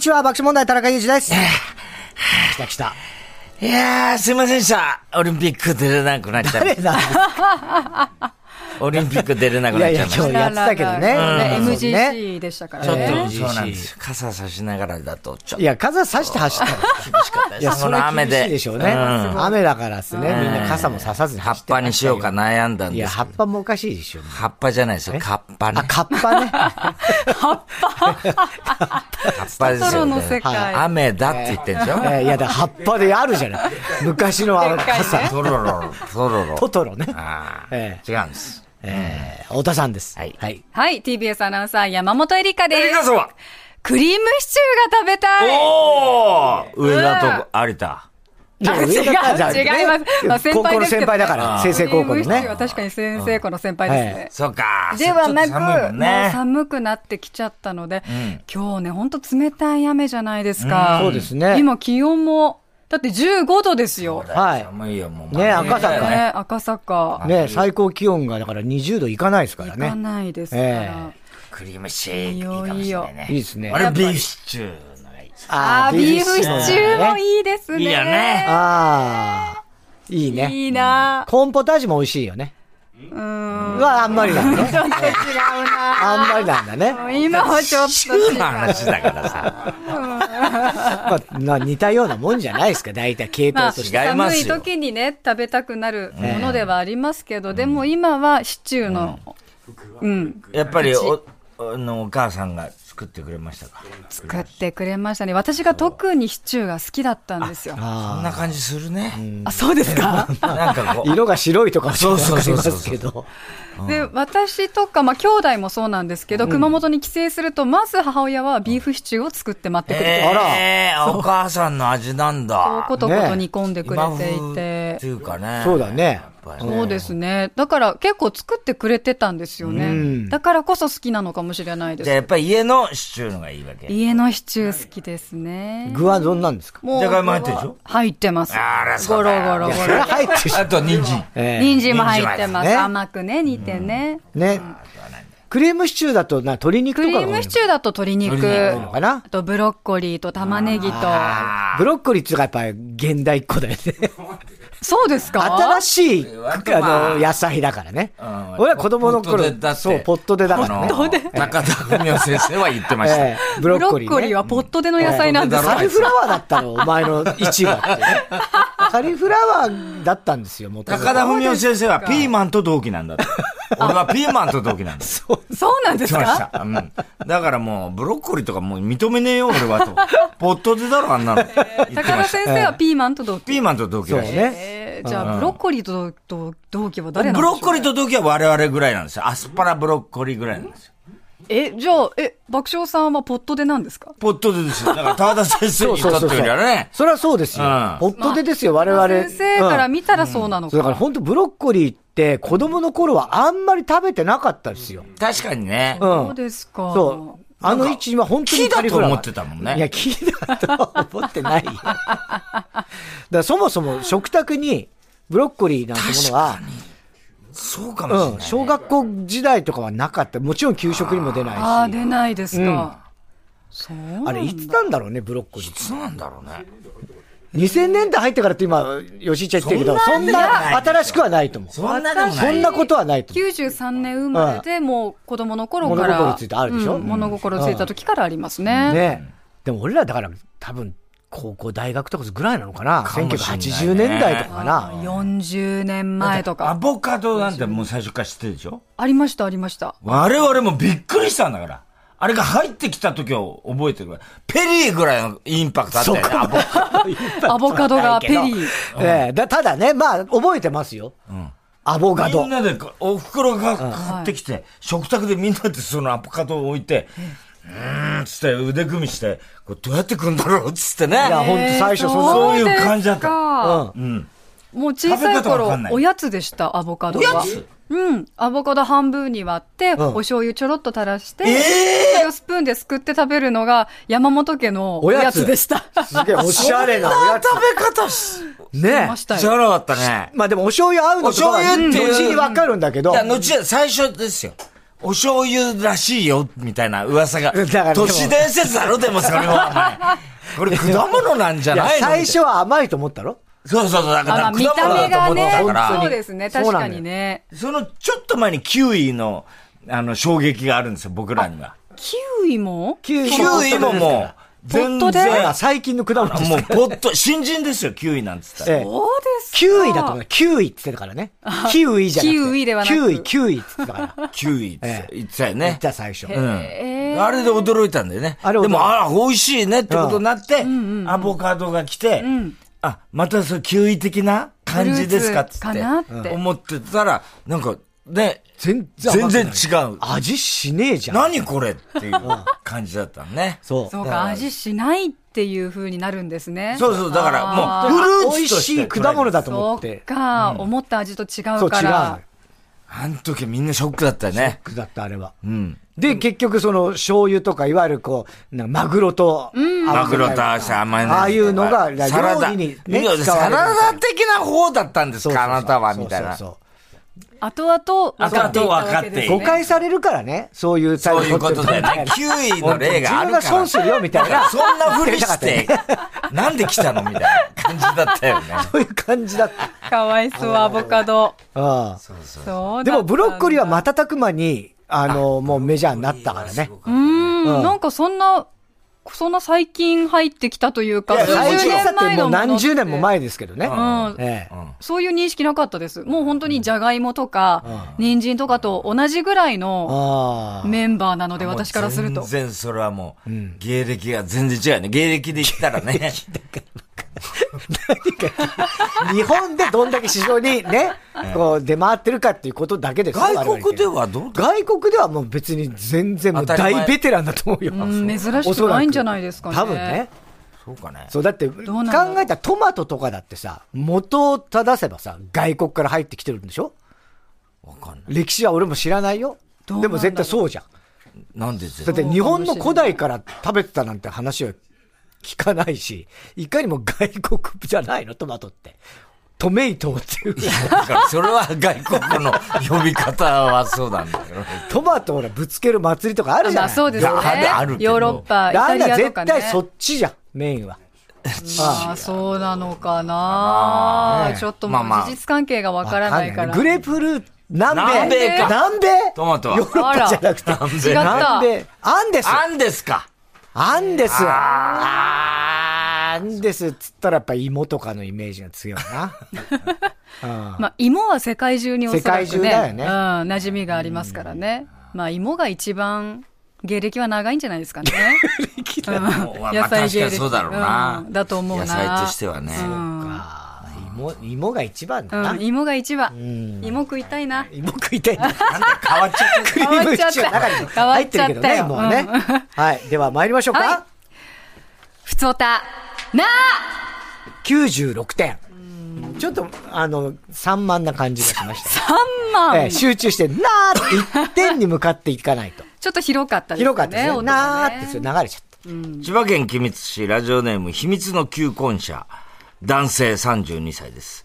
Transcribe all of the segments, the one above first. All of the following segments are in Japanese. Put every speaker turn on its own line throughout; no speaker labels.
ちは、爆笑問題田中裕二です。
来た来た。
いやー、すいませんでした。オリンピック出れなくなっちゃった。
誰だ
オリンピック出れなく
い
な
や
っ
い
ちゃ
や、
いま
今日やってた
した。
けど
う
ね。
ん
そうね
MGC でしたから
ちょっと
ね。
いいし
そうなんです
傘差しながらだと、ち ょっ
い
と。
や、風差して走ったよ。いや、そ
そ
れ
の雨
厳
で
しいでしょうね。雨だからですね。みんな傘も差さずに
葉
走
っ
ってましたよ
ぱにしようか。悩んだん
い
で
や、
す
葉っぱもおかしいでしょ。
葉っぱじゃないですよ。葉っぱね
あ、。カッパね。
葉っぱです
トロ
よ
の世
ね。
界
はい雨だって言ってんでしょ
えーいや、だから葉っぱであるじゃ ない。昔のあの傘。
トロロ、トロロ。
トトロね。
あ
え
ー違うんです。
えー、太田さんです。
はい
はい。
はい、TBS アナウンサー山本エリカで
え、
す。
傘は
クリームシチューが食べたい
おー上田と有田。
いや
違う、
上
違い
田
ます。
さんじゃね
まあ先
高
輩
校
で
の
すけど
先輩だから、
ク
先
リ
生
ー
高校の
ムシチュー
ね
は。確かに先生校の先輩ですね。
そうか。
ではな
ちょっと寒いも
く、
ん
もう
ね。
寒くなってきちゃったので、今日ね、ほんと冷たい雨じゃないですか。
そうですね
今気温も、だって15度ですよ。
は
寒いよ、もう。
い。ね、赤
ね
坂。
赤坂。
ね、最高気温がだから20度いかないですから
行
ね。
かないですから
え。
クリームシェイクいいかもしれないね。
いいですね
あれ、ビーフシチューのがいいです。
あー、ビーフシチューも
いい。
いいですね。
いいよね
あー、いいね。
いいな
コーンポタージュも美味しいよね。
うーん。
は、あんまりなんだ ね。
ちょっと違うな
あんまりなんだね。
今はちょっ
シ
と
チューの話だからさ。
まあ、な似たようなもんじゃないですか、大体系統
まあ、
として。
違いま
寒
す
い
よ
時にね、食べたくなるものではありますけど、でも今はシチューの、うん、
やっぱり、お、あの、お母さんが作ってくれましたか。
作ってくれましたね。私が特にシチューが好きだったんですよ。あ、
そんな感じするね。
そうですか
なんかこう。
色が白いとかはちょっとわかりますけ
そ
ど。
で、私とか、まあ、兄弟もそうなんですけど、熊本に帰省すると、まず母親はビーフシチューを作って待ってくれて、
ええ、お母さんの味なん
こう
だ
こ。とこと煮込んでくれ
今
てい
風
て
って。いうかね。
そうだね。
やっぱりね。
そうですね。だから結構作ってくれてたんですよね。だからこそ好きなのかもしれないで
じゃあや
す。
っぱり家のシチューのがいいわけ。
家のシチュー好きですね。
具はどんなんですか
もう
じゃがいも入ってるでしょ
入ってます。
あらそ
ゴ
う
ロ
だよ
ゴロゴ
それ
ロ。
入ってるし。
あと、人参。
ええ
人参も入っ
人
てま
参も入ってますね
す。甘くね、煮てね。
ね。クリームシチューだとな、鶏肉と
ク
か
リ
が多い
ー
の
ムシチューだと鶏肉、
鶏
のかな
あとブロッコリーと玉ねぎと。
ブロッコリーっていうかやっぱり現代っ子だよね。
そうですか
新しい、
まあ
あの、野菜だからね。俺は子供の頃、そう、ポットでだからね。
ね。中田文夫先生は言ってました。
ええブロ
ブ
ッ
ロ
コリ
ッコリー
ー
は
ね。
ポットでの野菜なんです
カリフラワーだったの、お前の一話 ってね。カリフラワーだったんですよ、もともと
中田文夫先生はピーマンと同期なんだって。俺はピーマンと同期なんだ。そう
そうなんです
まし
か
た。うん。だからもう、ブロッコリーとかもう認めねえよ、俺はと。ポットでだろ、あんなの。言って
高
ま
田
した。
先生はピーマンと同期。
ピーマンと同期
そう
らしい。
ね。
えーじゃあ、ブロッコリーと同同期は誰なん
ブ
でしょ
ロ
う
ッコリーと同期は我々ぐらいなんですよ。アスパラブロッコリーぐらいなんですよ。
え、じゃあ、え、爆笑さんはポットでなんですか
ポットでですよ。だから、高田先生にとってよりはね。
それはそうですよ
うん。
ポットでですよ、我々。
先生から
うん
見たらそうなの
そうだから
か。
本当ブロッコリーって子供の頃はあんまり食べてなかったですよ。
確かにね。
う。
そうんですか。
そう。あの位置は本当に
木だ
カリ
と
フラ
思
ワー
ってたもんね。
いや、木だとは思って ないよ。だからそもそも食卓にブロッコリーなんてものは、
そうかもしれない、
うん、小学校時代とかはなかった。もちろん給食にも出ないし。
ああ、
あ
出ないですか。そうなんだ
れ、いつなんだろうね、ブロッコリー。
そうなんだろうね。
2000年代入ってからって今、吉井ちゃん言ってるけど、そ
そ
ん
ん
な
な
新しくはないと思う。
そんなでも
そ
なんい。
なことはないと思う。
93年生まれで、もう子供の頃か
物
ら。
心ついてあるでしょ
うん物心ついた時からありますね。
ね。でも俺らだから多分高校大学とかぐらいなのかな。
かもしんない
1980
ね
年代とかか
あ
な。
ー40年前と
ア
か。
ボカドなんてもう最初から知ってるでしょ
ありました、ありました。
我々もびっくりしたんだから。あれが入ってきた時を覚えてるから。ペリーぐらいのインパクトあったよね。アボカ
アボカドがペリ
ー。
ー。
ええだただね、まあ覚えてますよ。アボカ
ド。
ド
みん。なでこ、お袋が買ってきて、食卓でみんなでそのアボカドを置いて、うーん、つって腕組みして、これどうやって食うんだろうっつってね。
いや、ほんと最初そん
そ
な。
ういう感じだった
た。
うん。
もう小さい
食べ方わ
頃
かんない、
おやつでした、アボカド
おや
は。
つ
うん。アボカド半分に割って、
ん
お醤油ちょろっと垂らして、
え
それをスプーンですくって食べるのが山本家の
お
お
や
や
つ
つでした。
すげえおしゃれなおや つ。
食べ方し、
ね
ました
じゃ
よ。
なかったね。
まあでもお醤油合うのとかは
お醤油っていう
後にわかるんだけど
いや、。後で最初ですよ。お醤油らしいよ、みたいな噂
だ
が。
からでも
都市伝説だろ、でもそれは。お前これ果物なんじゃ
いや
ないの
最初
み
は甘いと思ったろ
たいなそうそうそう、だか
まあ、
ら果
見
物
た目
だ
が
と思っ
ね
たから。、
そうですね、
そうなの
確
よ
かにね。
そのちょっと前にキウイの、あの、衝撃があるんですよ、僕らには。
キウイも
キウ
キウイももう、全
ポットで
あ
然
ら、最近の果物です
も
か
うポット、新人ですよ、キウイなんつったら。
ええ
そうですか
キウイだと思う。キウイって言ってたからね。キウイじゃなくて。
キウイではなく
キウイ、キウイって言ってたから。
キウイって言ってたよ
言っ
ね
て。た最初。
うん。
へー
あれで驚いたんだよね。
あ
で
れ驚いた
も、あら、美味しいねってことになって、アボカドが来て、あ、またそう、キウイ的な感じですかっつっ
フル
て
ーツかなって
思ってたら、なんか、ね、
全然甘
全
くない
然違う。
味しねえじゃん。
何これっていう感じだったのね。
そう。
そう
だら
か、味しないっていう風になるんですね。
そうそう、だからもう、フルー
美味
ツと
し
して
い果物だと思
そ
っ。
ってか、思った味と違うから。
そう、違うのよ。
あの時みんなショックだったよね。
だった、あれは。
うん。
で、結局、その、醤油とか、いわゆるこう、なんかマグロと、
マグロと合わせて甘いのとか
ああいうのが料理にね
サラダ、
使われるみたいな
サラダ的な方だったんです
そうそうそう
か、あなたは、みたいな。
そうそう
後々分かっていたわけです
そう
ね。
誤解されるからね、そういう態
そ
度
ういうことだよ
取って
ね
る。
キウイの例があ
自分が
るから。
損するよ、みたいな。
そんなふりして、なんで来たのみたいな感じだったよね。
そういう感じだった。
かわいそう、アボカド。
ああ
そう
でもブロッコリーは
ま、
瞬く間に、あの、もうメジャーになったからね。
うーん、
うん
なんかそんな、そんな最近入ってきたというか、数
最
十
近さって
年前
も
の
う
ものって
何十年も。前ですけどね。
うん。
ええ
そういう認識なかったです。もう本当にじゃがいもとか、人参とかと同じぐらいの
ああ。
メンバーなので、私からする
もう
と。
全然それはもう、芸歴が全然違うよね。芸歴で言ったらね。
日本でどんだけ市場に ね、こう出回ってるかっていうことだけですよ
外国で
我々
はどうだ
外国ではもう別に全然もう
当たり前
大ベテランだと思うよ。
うん珍しく
おそら
ないんじゃないですかね
多分ね。
そうかね。
そう、だって、考
うなんだろう
えたらトマトとかだってさ、元を正せばさ、外国から入ってきてるんでしょ
わかんない。
歴史は俺も知らないよ。
どう
で
なんだろう
も絶対そうじゃん。
なんで絶
だっ
対。
て日本の古代から食べてたなんて話は聞かないし、いかにも外国じゃないのトマトって。トメイトっていう。
だからそれは外国の呼び方はそうなんだけどね。
トマトほらぶつける祭りとかあるじゃ
ま
な
あ
い。
そうですね。ヨ
いやあるあるけど
ーロッパ、イ
だ
タ
ん
リ
だ
ア
絶
とかね。
対そっちじゃん、メインは。
ああ、そうなのかな、ちょっともう
まあまあ
事実関係がわからないから。
グレープフルーツ、南
南
米
米か
南米
トマトは
ヨーロッパじゃなくて。
南
違
米
っ
南
た。
米。アンデス。
あんですか
アンデス。アンデスっつったらやっぱ芋とかのイメージが強いな。
まあ、芋は世界中におそらくね、
世界中だよね
うん、馴染みがありますからね。まあ、芋が一番、芸歴は長いんじゃないですかね。うん
まあ確かにそうだろうな
うんだと思うな。
野菜としてはね
うん
あー芋、芋が一番だな。
うん、芋が一番。芋食いたいな。
芋食いたい な。
なんだ変わっちゃった
クリームシチューの中に入ってるけどね、
変
もう
わっちゃったよ
ね。はい。では参りましょう
は
か。
ふつおた。なあ
96点。ちょっと、あの、散漫な感じがしました。
三万、
ええ集中して、なーって一点に向かっていか ないと。
ちょっと広かったですね。
広かったですね。
音
な
が
ー
ね
ってそれ流れちゃった。
千葉県君津市ラジオネーム秘密の求婚者男性32歳です、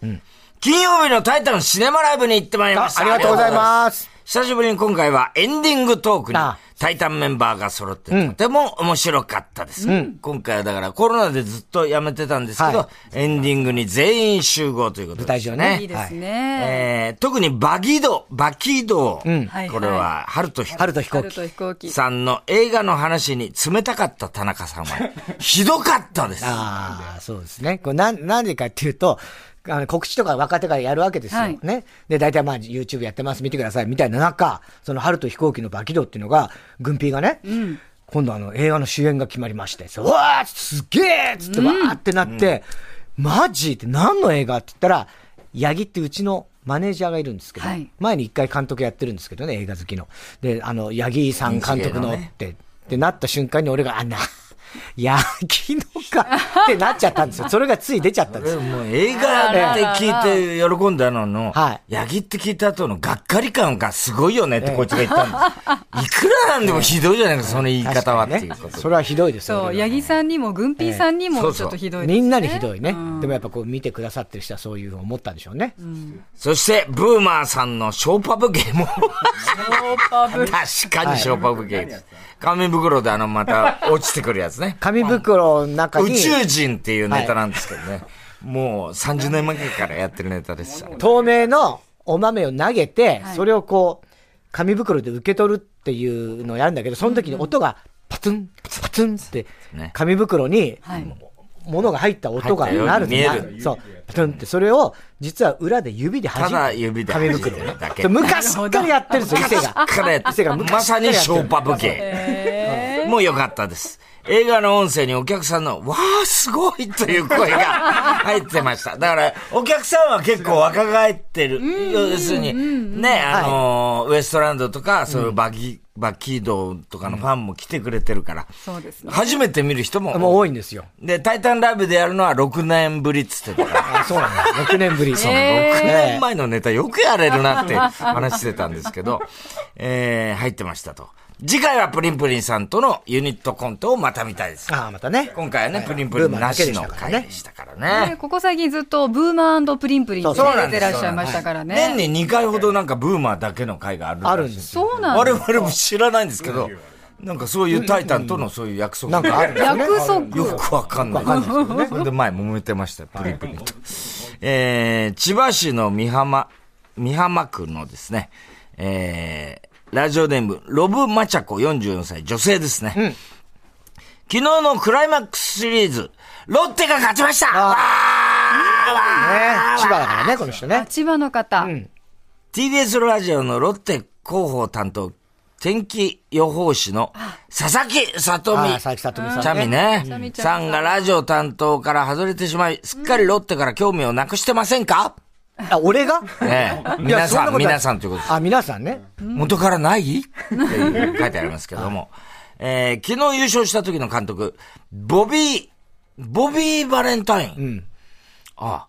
金曜日のタイタンシネマライブに行ってまいりました
あありがとうございます
久しぶりに今回はエンディングトークに
あ
タイタンメンバーが揃ってとても面白かったです、今回はだからコロナでずっとやめてたんですけど、
は
エンディングに全員集合ということ
舞
で
台
す
上
ね
い
ね。
いで
は
す
い。
ね。
えー特にバギド、バキド、
はい
これは春と飛行
春と飛行
春
機。
と飛行機。
さんの映画の話に冷たかった田中さん は、ひどかったです。
ああ、そうですね。これなん、なんでかっていうと、あの告知とか若手がやるわけですよ。
はい
ね。で、大体まあ YouTube やってます、見てください、みたいな中、その春と飛行機のバキドっていうのが、軍艇がね、今度あの映画の主演が決まりまして、そううわーすげえっつってわーってなって、マジって何の映画って言ったら、八木ってうちのマネージャーがいるんですけど、
はい
前に一回監督やってるんですけどね、映画好きの。で、あの、八木さん監督のって、ってなった瞬間に俺が、あ、な、焼きのかってなっちゃったんです よ。それがつい出ちゃったんですよ。
もう映画って聞いて喜んだのの、はい。焼きって聞いた後のがっかり感がすごいよねってこいつが言ったん です。いくらなんでもひどいじゃないか、その言い方はっていうこと。
それはひどいです
よ。そう、八木さんにも、軍平さんにもちょっとひどい
みんなにひどいね。でもやっぱこう見てくださってる人はそういうふうに思ったんでしょうね。
そして、ブーマーさんのショーパブゲーム。シ
ョーパブ。確
かにショーパブゲーム。紙袋であの、また落ちてくるやつね。
紙袋の中に。
宇宙人っていうネタなんですけどね。もう30年前からやってるネタです。
透明のお豆を投げて、それをこう、紙袋で受け取るっていうのをやるんだけど、その時に音がパツン、パツンって、紙袋に、物が入った音がなるんだ。そう。パツンって、それを、実は裏で指で弾
く。ただ指で
紙袋ね。昔からやってるんですよ、伊勢が。
昔からやってる。まさにショーパブ系。もうよかったです。映画の音声にお客さんの、わー、すごいという 声が入ってました。だから、お客さんは結構若返ってる。要するに、ね、あのーはい、ウエストランドとか、そういうバギ、うん、バキードとかのファンも来てくれてるから。
そうですね。
初めて見る人も。
もう多いんですよ。
で、タイタンライブでやるのは6年ぶりっつってたから。
あ、そうなんだ。6年ぶり。
そう、6年前のネタよくやれる なって話してたんですけど、えー、入ってましたと。次回はプリンプリンさんとのユニットコントをまた見たいです。
ああ、またね。
今回はね、はい、プリンプリンなしの回でしたからね。ね
ここ最近ずっとブーマープリンプリンって出てらっしゃいましたからね。
年に2回ほどなんかブーマーだけの回がある。
あるんです。
そうなんです
我々も知らないんですけど。なんかそういうタイタンとのそういう約束
なんかある
約束
よくわかんない。それで前揉めてました、プリンプリンと。えー、千葉市の美浜、美浜区のですね、えー、ラジオネーム、ロブ・マチャコ44歳、女性ですね。うん、昨日のクライマックスシリーズ、ロッテが勝ちましたわーわ
ーね千葉だからね、この人ね。
千葉の方。うん、
TBS ラジオのロッテ広報担当、天気予報士の佐々木さとみ。
佐々木さとみさん。
チャミね。さんがラジオ担当から外れてしまい、すっかりロッテから興味をなくしてませんか、
あ、俺が
ええ。皆さん、皆さんということです。
あ、皆さんね。
元からないって書いてありますけども。えー、昨日優勝した時の監督、ボビー、ボビー・バレンタイン。うん、あ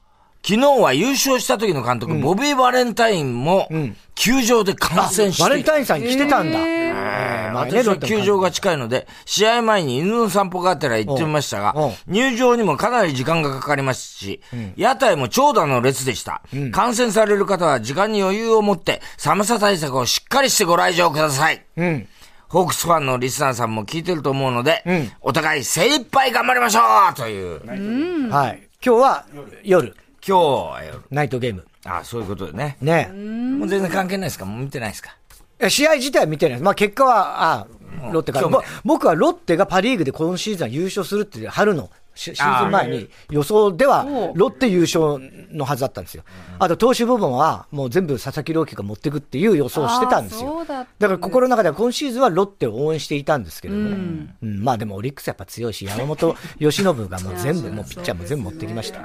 昨日は優勝した時の監督、ボビー・バレンタインも、球場で観戦して、
バレンタインさん来てたんだ。。
えー、私は球場が近いので、試合前に犬の散歩がてら行ってみましたが、入場にもかなり時間がかかりますし、屋台も長蛇の列でした。観戦される方は時間に余裕を持って、寒さ対策をしっかりしてご来場ください。うん、ホークスファンのリスナーさんも聞いてると思うので、うん、お互い精一杯頑張りましょうという
はい。今日は夜
今日は夜。
ナイトゲーム。
ああそういうことでね。
ね
もう全然関係ないですかもう見てないですか
試合自体は見てないです。まあ結果は、ああロッテから、ね、僕はロッテがパ・リーグで今シーズン優勝するっていう春のシーズン前に予想ではロッテ優勝のはずだったんですよ。あと投手部分はもう全部佐々木朗希が持っていくっていう予想をしてたんですよ。だ,ね、だから心の中では今シーズンはロッテを応援していたんですけれども、うん、うん、まあでもオリックスやっぱ強いし、山本由伸がもう全部、もうピッチャーも全部持ってきました。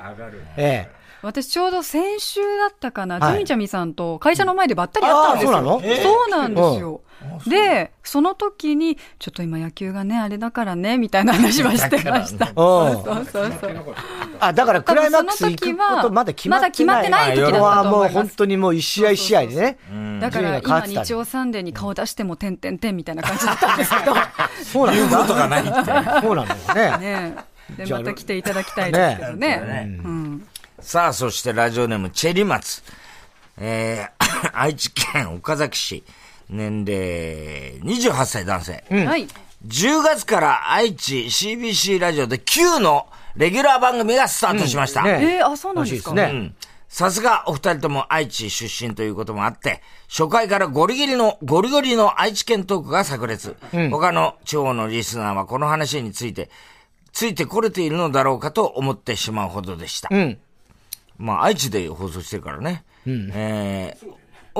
ええ
私ちょうど先週だったかな、はい、ジミチャミさんと会社の前でばったり会ったんですよ。そうなの、えー、そうなんですよ。うん、で、その時に、ちょっと今野球がね、あれだからね、みたいな話はしてました。ね、そうそうそう。
あ、だからクライマックス行くことまだ決まってない。まだ
決まってない時だった
と思いもう本当にもう一試合一試合でね。
だから今日曜サンデーに顔出しても点点点みたいな感じだったんですけ ど。
そうなんだ。言うことがないって。
そうなんだよね。
ねで、また来ていただきたいですけどね。ね
うんさあ、そしてラジオネーム、チェリマツ。えー、 愛知県岡崎市、年齢28歳男性。うん、10月から愛知 CBC ラジオで9のレギュラー番組がスタートしました。うん
ね、えー、あ、そうなんですかね。
さすがお二人とも愛知出身ということもあって、初回からゴリギリの、ゴリゴリの愛知県トークが炸裂。うん、他の地方のリスナーはこの話について、ついてこれているのだろうかと思ってしまうほどでした。うんまあ、愛知で放送してるからね。うん、えー、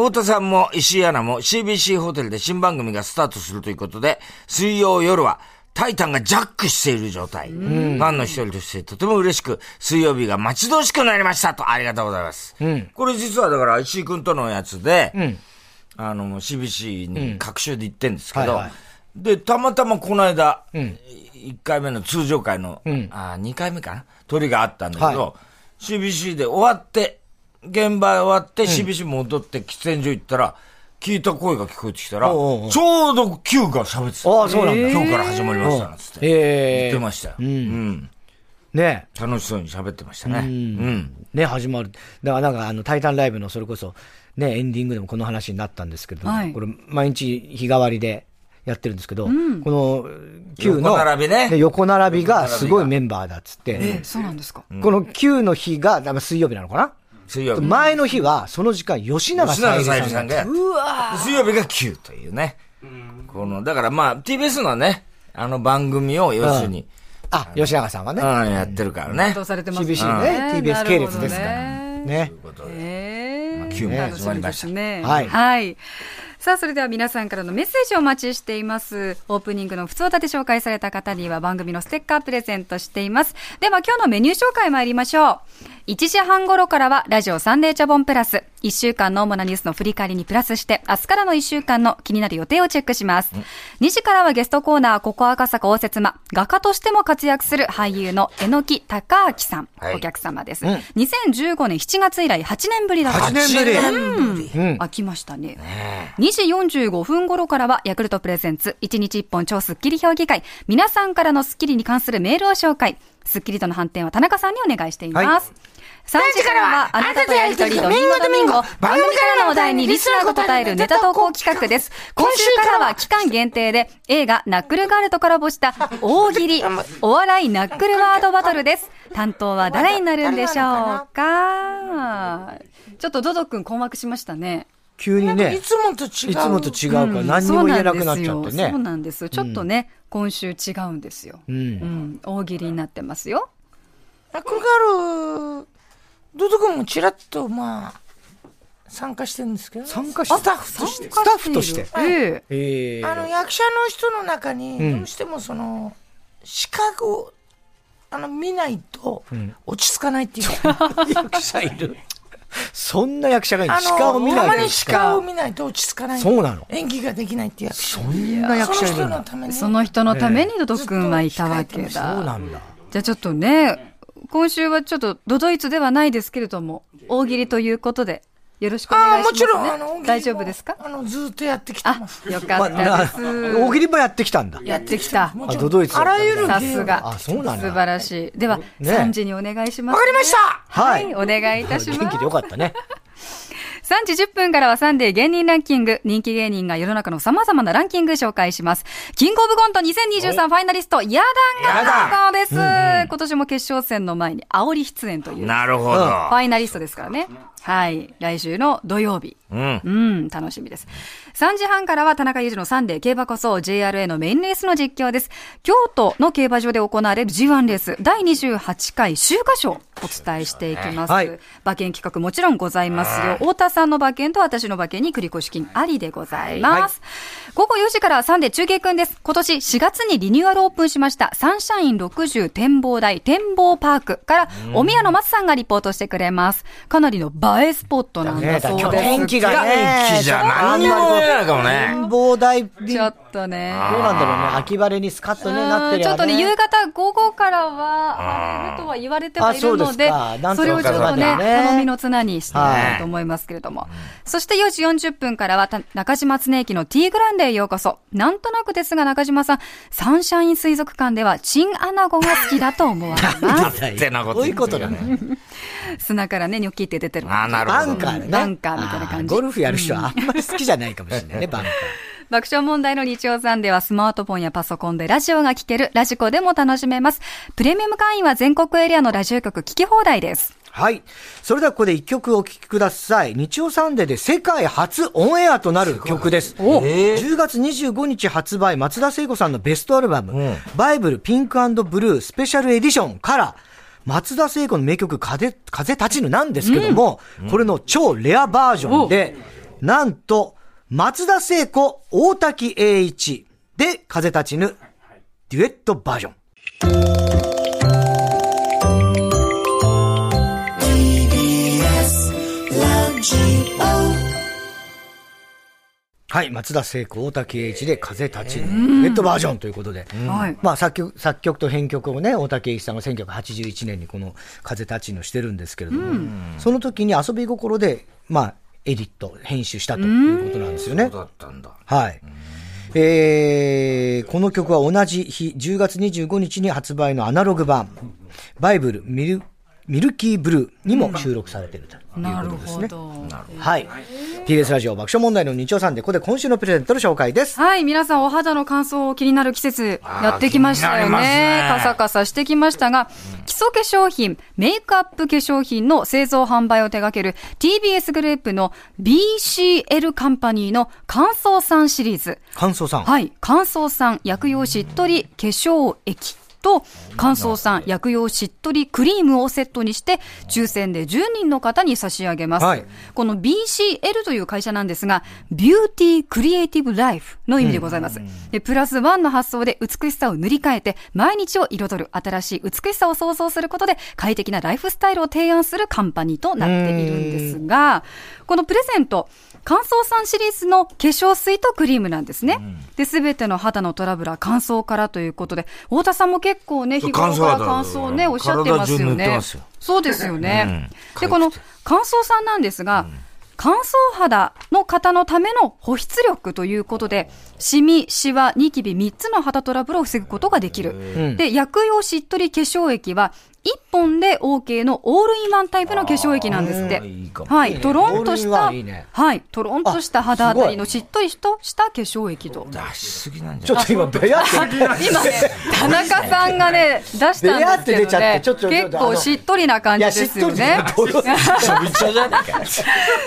太田さんも石井アナも CBC ホテルで新番組がスタートするということで、水曜夜は、タイタンがジャックしている状態。ファンの一人としてとても嬉しく、水曜日が待ち遠しくなりましたと、ありがとうございます。うん、これ実はだから石井くんとのやつで、うん、あの、CBC に各週で行ってんですけど、で、たまたまこの間、うん、1回目の通常会の、うん、あ2回目かな、鳥があったんだけど、はい、CBC で終わって、現場終わって、うん、CBC 戻って喫煙所行ったら、聞いた声が聞こえてきたら、おうおうちょうど Q が喋ってた。
ああ、そうなんだ。。
今日から始まりました、つって。言ってましたよ。うん
ね
楽しそうに喋ってましたね。うん。
ね、始まる。だからなんか、あの、タイタンライブのそれこそ、ね、エンディングでもこの話になったんですけど、はい、これ、毎日日替わりでやってるんですけど、うん、この Q の
横並びね。
横並びがすごいメンバーだっつって。
え、そうなんですか。
この Q の日が、多分水曜日なのかな
水曜日。
前の日は、その時間、吉永さ
ん吉永さんさんがうわ水曜日が Q というね。この、だからまあ、TBS のね、あの番組を要するに、
あ、吉永さんはね。
うん、やってるからね。
されてます。
CBC ね、TBS 系列ですから。ね。
ということで。まあ、Q も始まりました
はい。はい。さあ、それでは皆さんからのメッセージをお待ちしています。オープニングの普通歌で紹介された方には番組のステッカープレゼントしています。では、今日のメニュー紹介参りましょう。1時半頃からはラジオサンデーチャボンプラス。1週間の主なニュースの振り返りにプラスして、明日からの1週間の気になる予定をチェックします。2時からはゲストコーナー、ここ赤坂応接間。画家としても活躍する俳優の榎木隆明さん。はい、お客様です、うん、2015年7月以来8年ぶりだ
った8
年ぶり。うん。飽きましたね。2時45分頃からはヤクルトプレゼンツ1日1本超スッキリ評議会。皆さんからのスッキリに関するメールを紹介。スッキリとの反転は田中さんにお願いしています。はい3時からは、あなたとやりとりドミンゴドミンゴ、番組からのお題にリスナーが答えるネタ投稿企画です。今週からは期間限定で、映画、ナックルガールとコラボした、大喜利、お笑いナックルワードバトルです。担当は誰になるんでしょうかちょっとドド君困惑しましたね。
急にね。
いつもと違
う。いつもと違うから、何にも言えなくなっちゃってね。
そうなんですよ。ちょっとね、今週違うんですよ。うん。大喜利になってますよ。
ナックルガール、ドド君もちらっと、まあ、参加してるんですけど、
参加して
スタッフとして。
スタッフとして。
ええあの、役者の人の中に、どうしてもその、資格を、あの、見ないと、落ち着かないっていう、
役者いる。そんな役者がいる。鹿を見ない
たまに鹿を見ないと落ち着かない。
そうなの
演技ができないって役
者。そんな役者いる
のその人のために、ドド君はいたわけだ。そう
なんだ。
じゃあちょっとね、今週はちょっとドドイツではないですけれども、大喜利ということで、よろしくお願いします、ね。あもちろん、あの、大丈夫ですか
あの、ずっとやってきてます。
よかったです、
まあ。大喜利もやってきたんだ。
やってきた。
あ、ドドイツ。
あらゆる
さすが。
あ、そうなん
素晴らしい。では、ね、3時にお願いします、
わ
ね。
かりました
はい、お願いいたします。
元気でよかったね。
3時10分からはサンデー芸人ランキング。人気芸人が世の中の様々なランキング紹介します。キングオブコント2023ファイナリスト、ヤダンが参加です、うんうん、今年も決勝戦の前に煽り出演という。
なるほど。フ
ァイナリストですからね。はい。来週の土曜日。うん、うん。楽しみです。3時半からは田中裕二のサンデー競馬こそ JRA のメインレースの実況です。京都の競馬場で行われる G1 レース第28回秋華賞お伝えしていきます。はい、馬券企画もちろんございますよ。太田さんの馬券と私の馬券に繰越金ありでございます。はい、午後4時からサンデー中継くんです。今年4月にリニューアルオープンしましたサンシャイン60展望台展望パークからお宮の松さんがリポートしてくれます。かなりの映えスポットなんだそうです。
天気がね。
天気じゃ何にも見えないかもね。
展望台
ちょっとね。
どうなんだろうね。秋晴れにスカッとね、なってる
ちょっとね、夕方午後からは、晴れるとは言われてはいるので、それをちょっとね、頼みの綱にしていきたいと思いますけれども。そして4時40分からは、中島常駅の T グランデへようこそ。なんとなくですが、中島さん、サンシャイン水族館では、チンアナゴが好きだと思われます。
ってなこと
言ってるね。
砂からね、ニョキって出てる。
あ、なるほ
ど。バンカーね。
バンカーみたいな感じ。
ゴルフやる人はあんまり好きじゃないかもしれないね、バンカー。
爆笑問題の日曜さんではスマートフォンやパソコンでラジオが聴けるラジコでも楽しめます。プレミアム会員は全国エリアのラジオ局聞き放題です。
はい。それではここで一曲お聴きください。日曜サンデーで世界初オンエアとなる曲です。す10月25日発売、松田聖子さんのベストアルバム、うん、バイブルピンクブルースペシャルエディションから、松田聖子の名曲風、風立ちぬなんですけども、うん、これの超レアバージョンで、うん、なんと、松田聖子、大滝栄一で風立ちぬ、デュエットバージョン。はい、松田聖子、大竹栄一で風立ちぬ、レッドバージョンということで、うん、まあ作曲、作曲と編曲をね、大竹栄一さんが1981年にこの風立ちぬしてるんですけれども、うん、その時に遊び心で、まあ、エディット、編集したということなんですよね。うん、
そうだったんだ。
はい。えー、この曲は同じ日、10月25日に発売のアナログ版、バイブル、ミル、ミルキーブルーにも収録されているということですね。
うん、なるほど。
はい。TBS ラジオ爆笑問題の日曜さんで、ここで今週のプレゼントの紹介です。
はい。皆さん、お肌の乾燥を気になる季節、やってきましたよね。ねカサカサしてきましたが、基礎化粧品、メイクアップ化粧品の製造販売を手掛ける TBS グループの BCL カンパニーの乾燥さんシリーズ。
乾燥さん
はい。乾燥さん薬用しっとり化粧液。と乾燥酸薬用しっとりクリームをセットにして抽選で10人の方に差し上げます、はい、この BCL という会社なんですがビューティークリエイティブライフの意味でございます、うん、でプラスワンの発想で美しさを塗り替えて毎日を彩る新しい美しさを創造することで快適なライフスタイルを提案するカンパニーとなっているんですがこのプレゼント乾燥酸シリーズの化粧水とクリームなんですね。うん、で、すべての肌のトラブルは乾燥からということで、太田さんも結構ね、日頃から乾燥ね、おっしゃってますよね。
そ,よ
そうですよね。うん、で、この乾燥酸なんですが、うん乾燥肌の方のための保湿力ということで、シミ、シワ、ニキビ3つの肌トラブルを防ぐことができる。で、薬用しっとり化粧液は、1本で OK のオールインワンタイプの化粧液なんですって。いいはい、トロンとした、いいね、はい、トロンとした肌当たりのしっとりとした化粧液と。。
出しすぎなん
じゃないちょっと今、ベアって
今ね、田中さんがね、出したんですけどね、結構しっとりな感じですよね。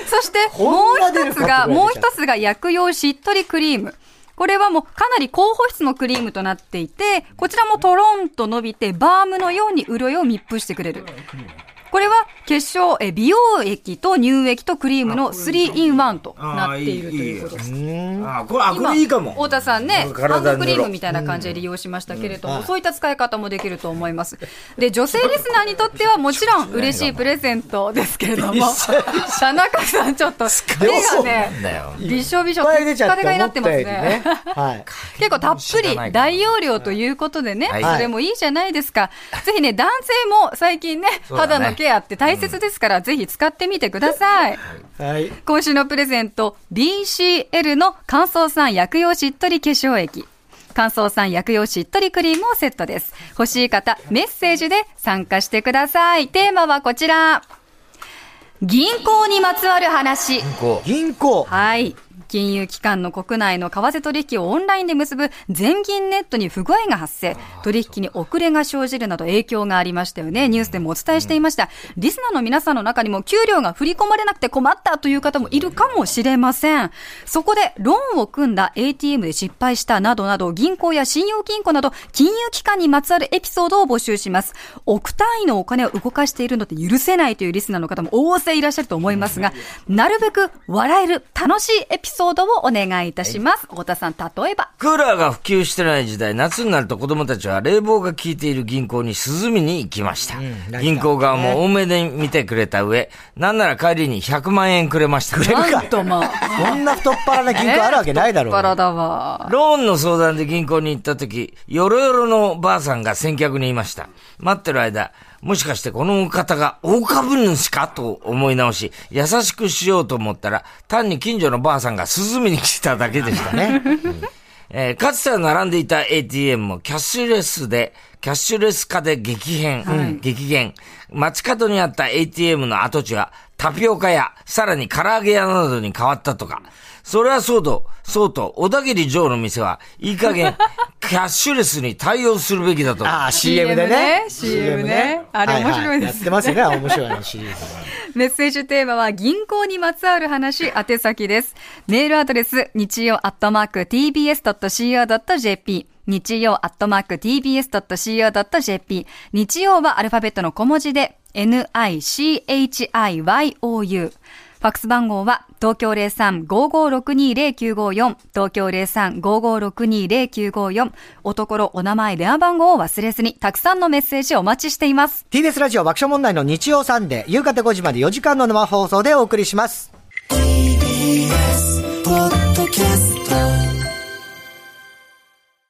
そしてもう一つが、もう一つが薬用しっとりクリーム。これはもうかなり高保湿のクリームとなっていて、こちらもトロンと伸びて、バームのように潤いを密封してくれる。これは結晶、え美容液と乳液とクリームの 3in1 となっているということです。
あ、これ、あ、これいいかも。
太田さんね、ハンドクリームみたいな感じで利用しましたけれども、そういった使い方もできると思います。で、女性リスナーにとってはもちろん嬉しいプレゼントですけれども、田中さんちょっと手がね、びしょびしょ、
疲
れがになってますね。結構たっぷり大容量ということでね、それもいいじゃないですか。ぜひね、男性も最近ね、肌のケアって大切ですから、うん、ぜひ使ってみてください。
はい。
今週のプレゼント、BCL の乾燥酸薬用しっとり化粧液。乾燥酸薬用しっとりクリームをセットです。欲しい方、メッセージで参加してください。テーマはこちら。銀行にまつわる話。
銀行。銀行。
はい。金融機関の国内の為替取引をオンラインで結ぶ全銀ネットに不具合が発生、取引に遅れが生じるなど影響がありましたよね。ニュースでもお伝えしていました。リスナーの皆さんの中にも給料が振り込まれなくて困ったという方もいるかもしれません。そこでローンを組んだ ATM で失敗したなどなど、銀行や信用金庫など金融機関にまつわるエピソードを募集します。億単位のお金を動かしているので許せないというリスナーの方も大勢いらっしゃると思いますが、なるべく笑える楽しいエピソードソードをお願いいたします。太田さん、例えば。
クーラーが普及してない時代、夏になると子供たちは冷房が効いている銀行に涼みに行きました。うん、銀行側も多めで見てくれた上、なんなら帰りに100万円くれました。
くれるか。とまあ、そんな太っ腹な銀行あるわけないだろう。
太っ腹だわ。
ローンの相談で銀行に行った時、よろよろのばあさんが先客にいました。待ってる間、もしかしてこの方が大株主かと思い直し、優しくしようと思ったら、単に近所のばあさんが涼みに来ただけでしたね。えー、かつては並んでいた ATM もキャッシュレスで、キャッシュレス化で激変、はい、激減。街角にあった ATM の跡地はタピオカ屋、さらに唐揚げ屋などに変わったとか。それはそうと、そうと、小田切城の店は、いい加 減、キャッシュレスに対応するべきだと。
ああ、CM でね。
CM ね。あれ面白いで
ね。や
す、
ってますよね、面白いの CM。
メッセージテーマは、銀行にまつわる話、宛先です。メールアドレス、日曜アットマーク tbs.co.jp。日曜アットマーク tbs.co.jp。日曜はアルファベットの小文字で、nichiou。ファックス番号は東京03-55620954東京03-55620954おところお名前電話番号を忘れずにたくさんのメッセージお待ちしています
TBS ラジオ爆笑問題の日曜サンデー夕方5時まで4時間の生放送でお送りします TBS
キャスト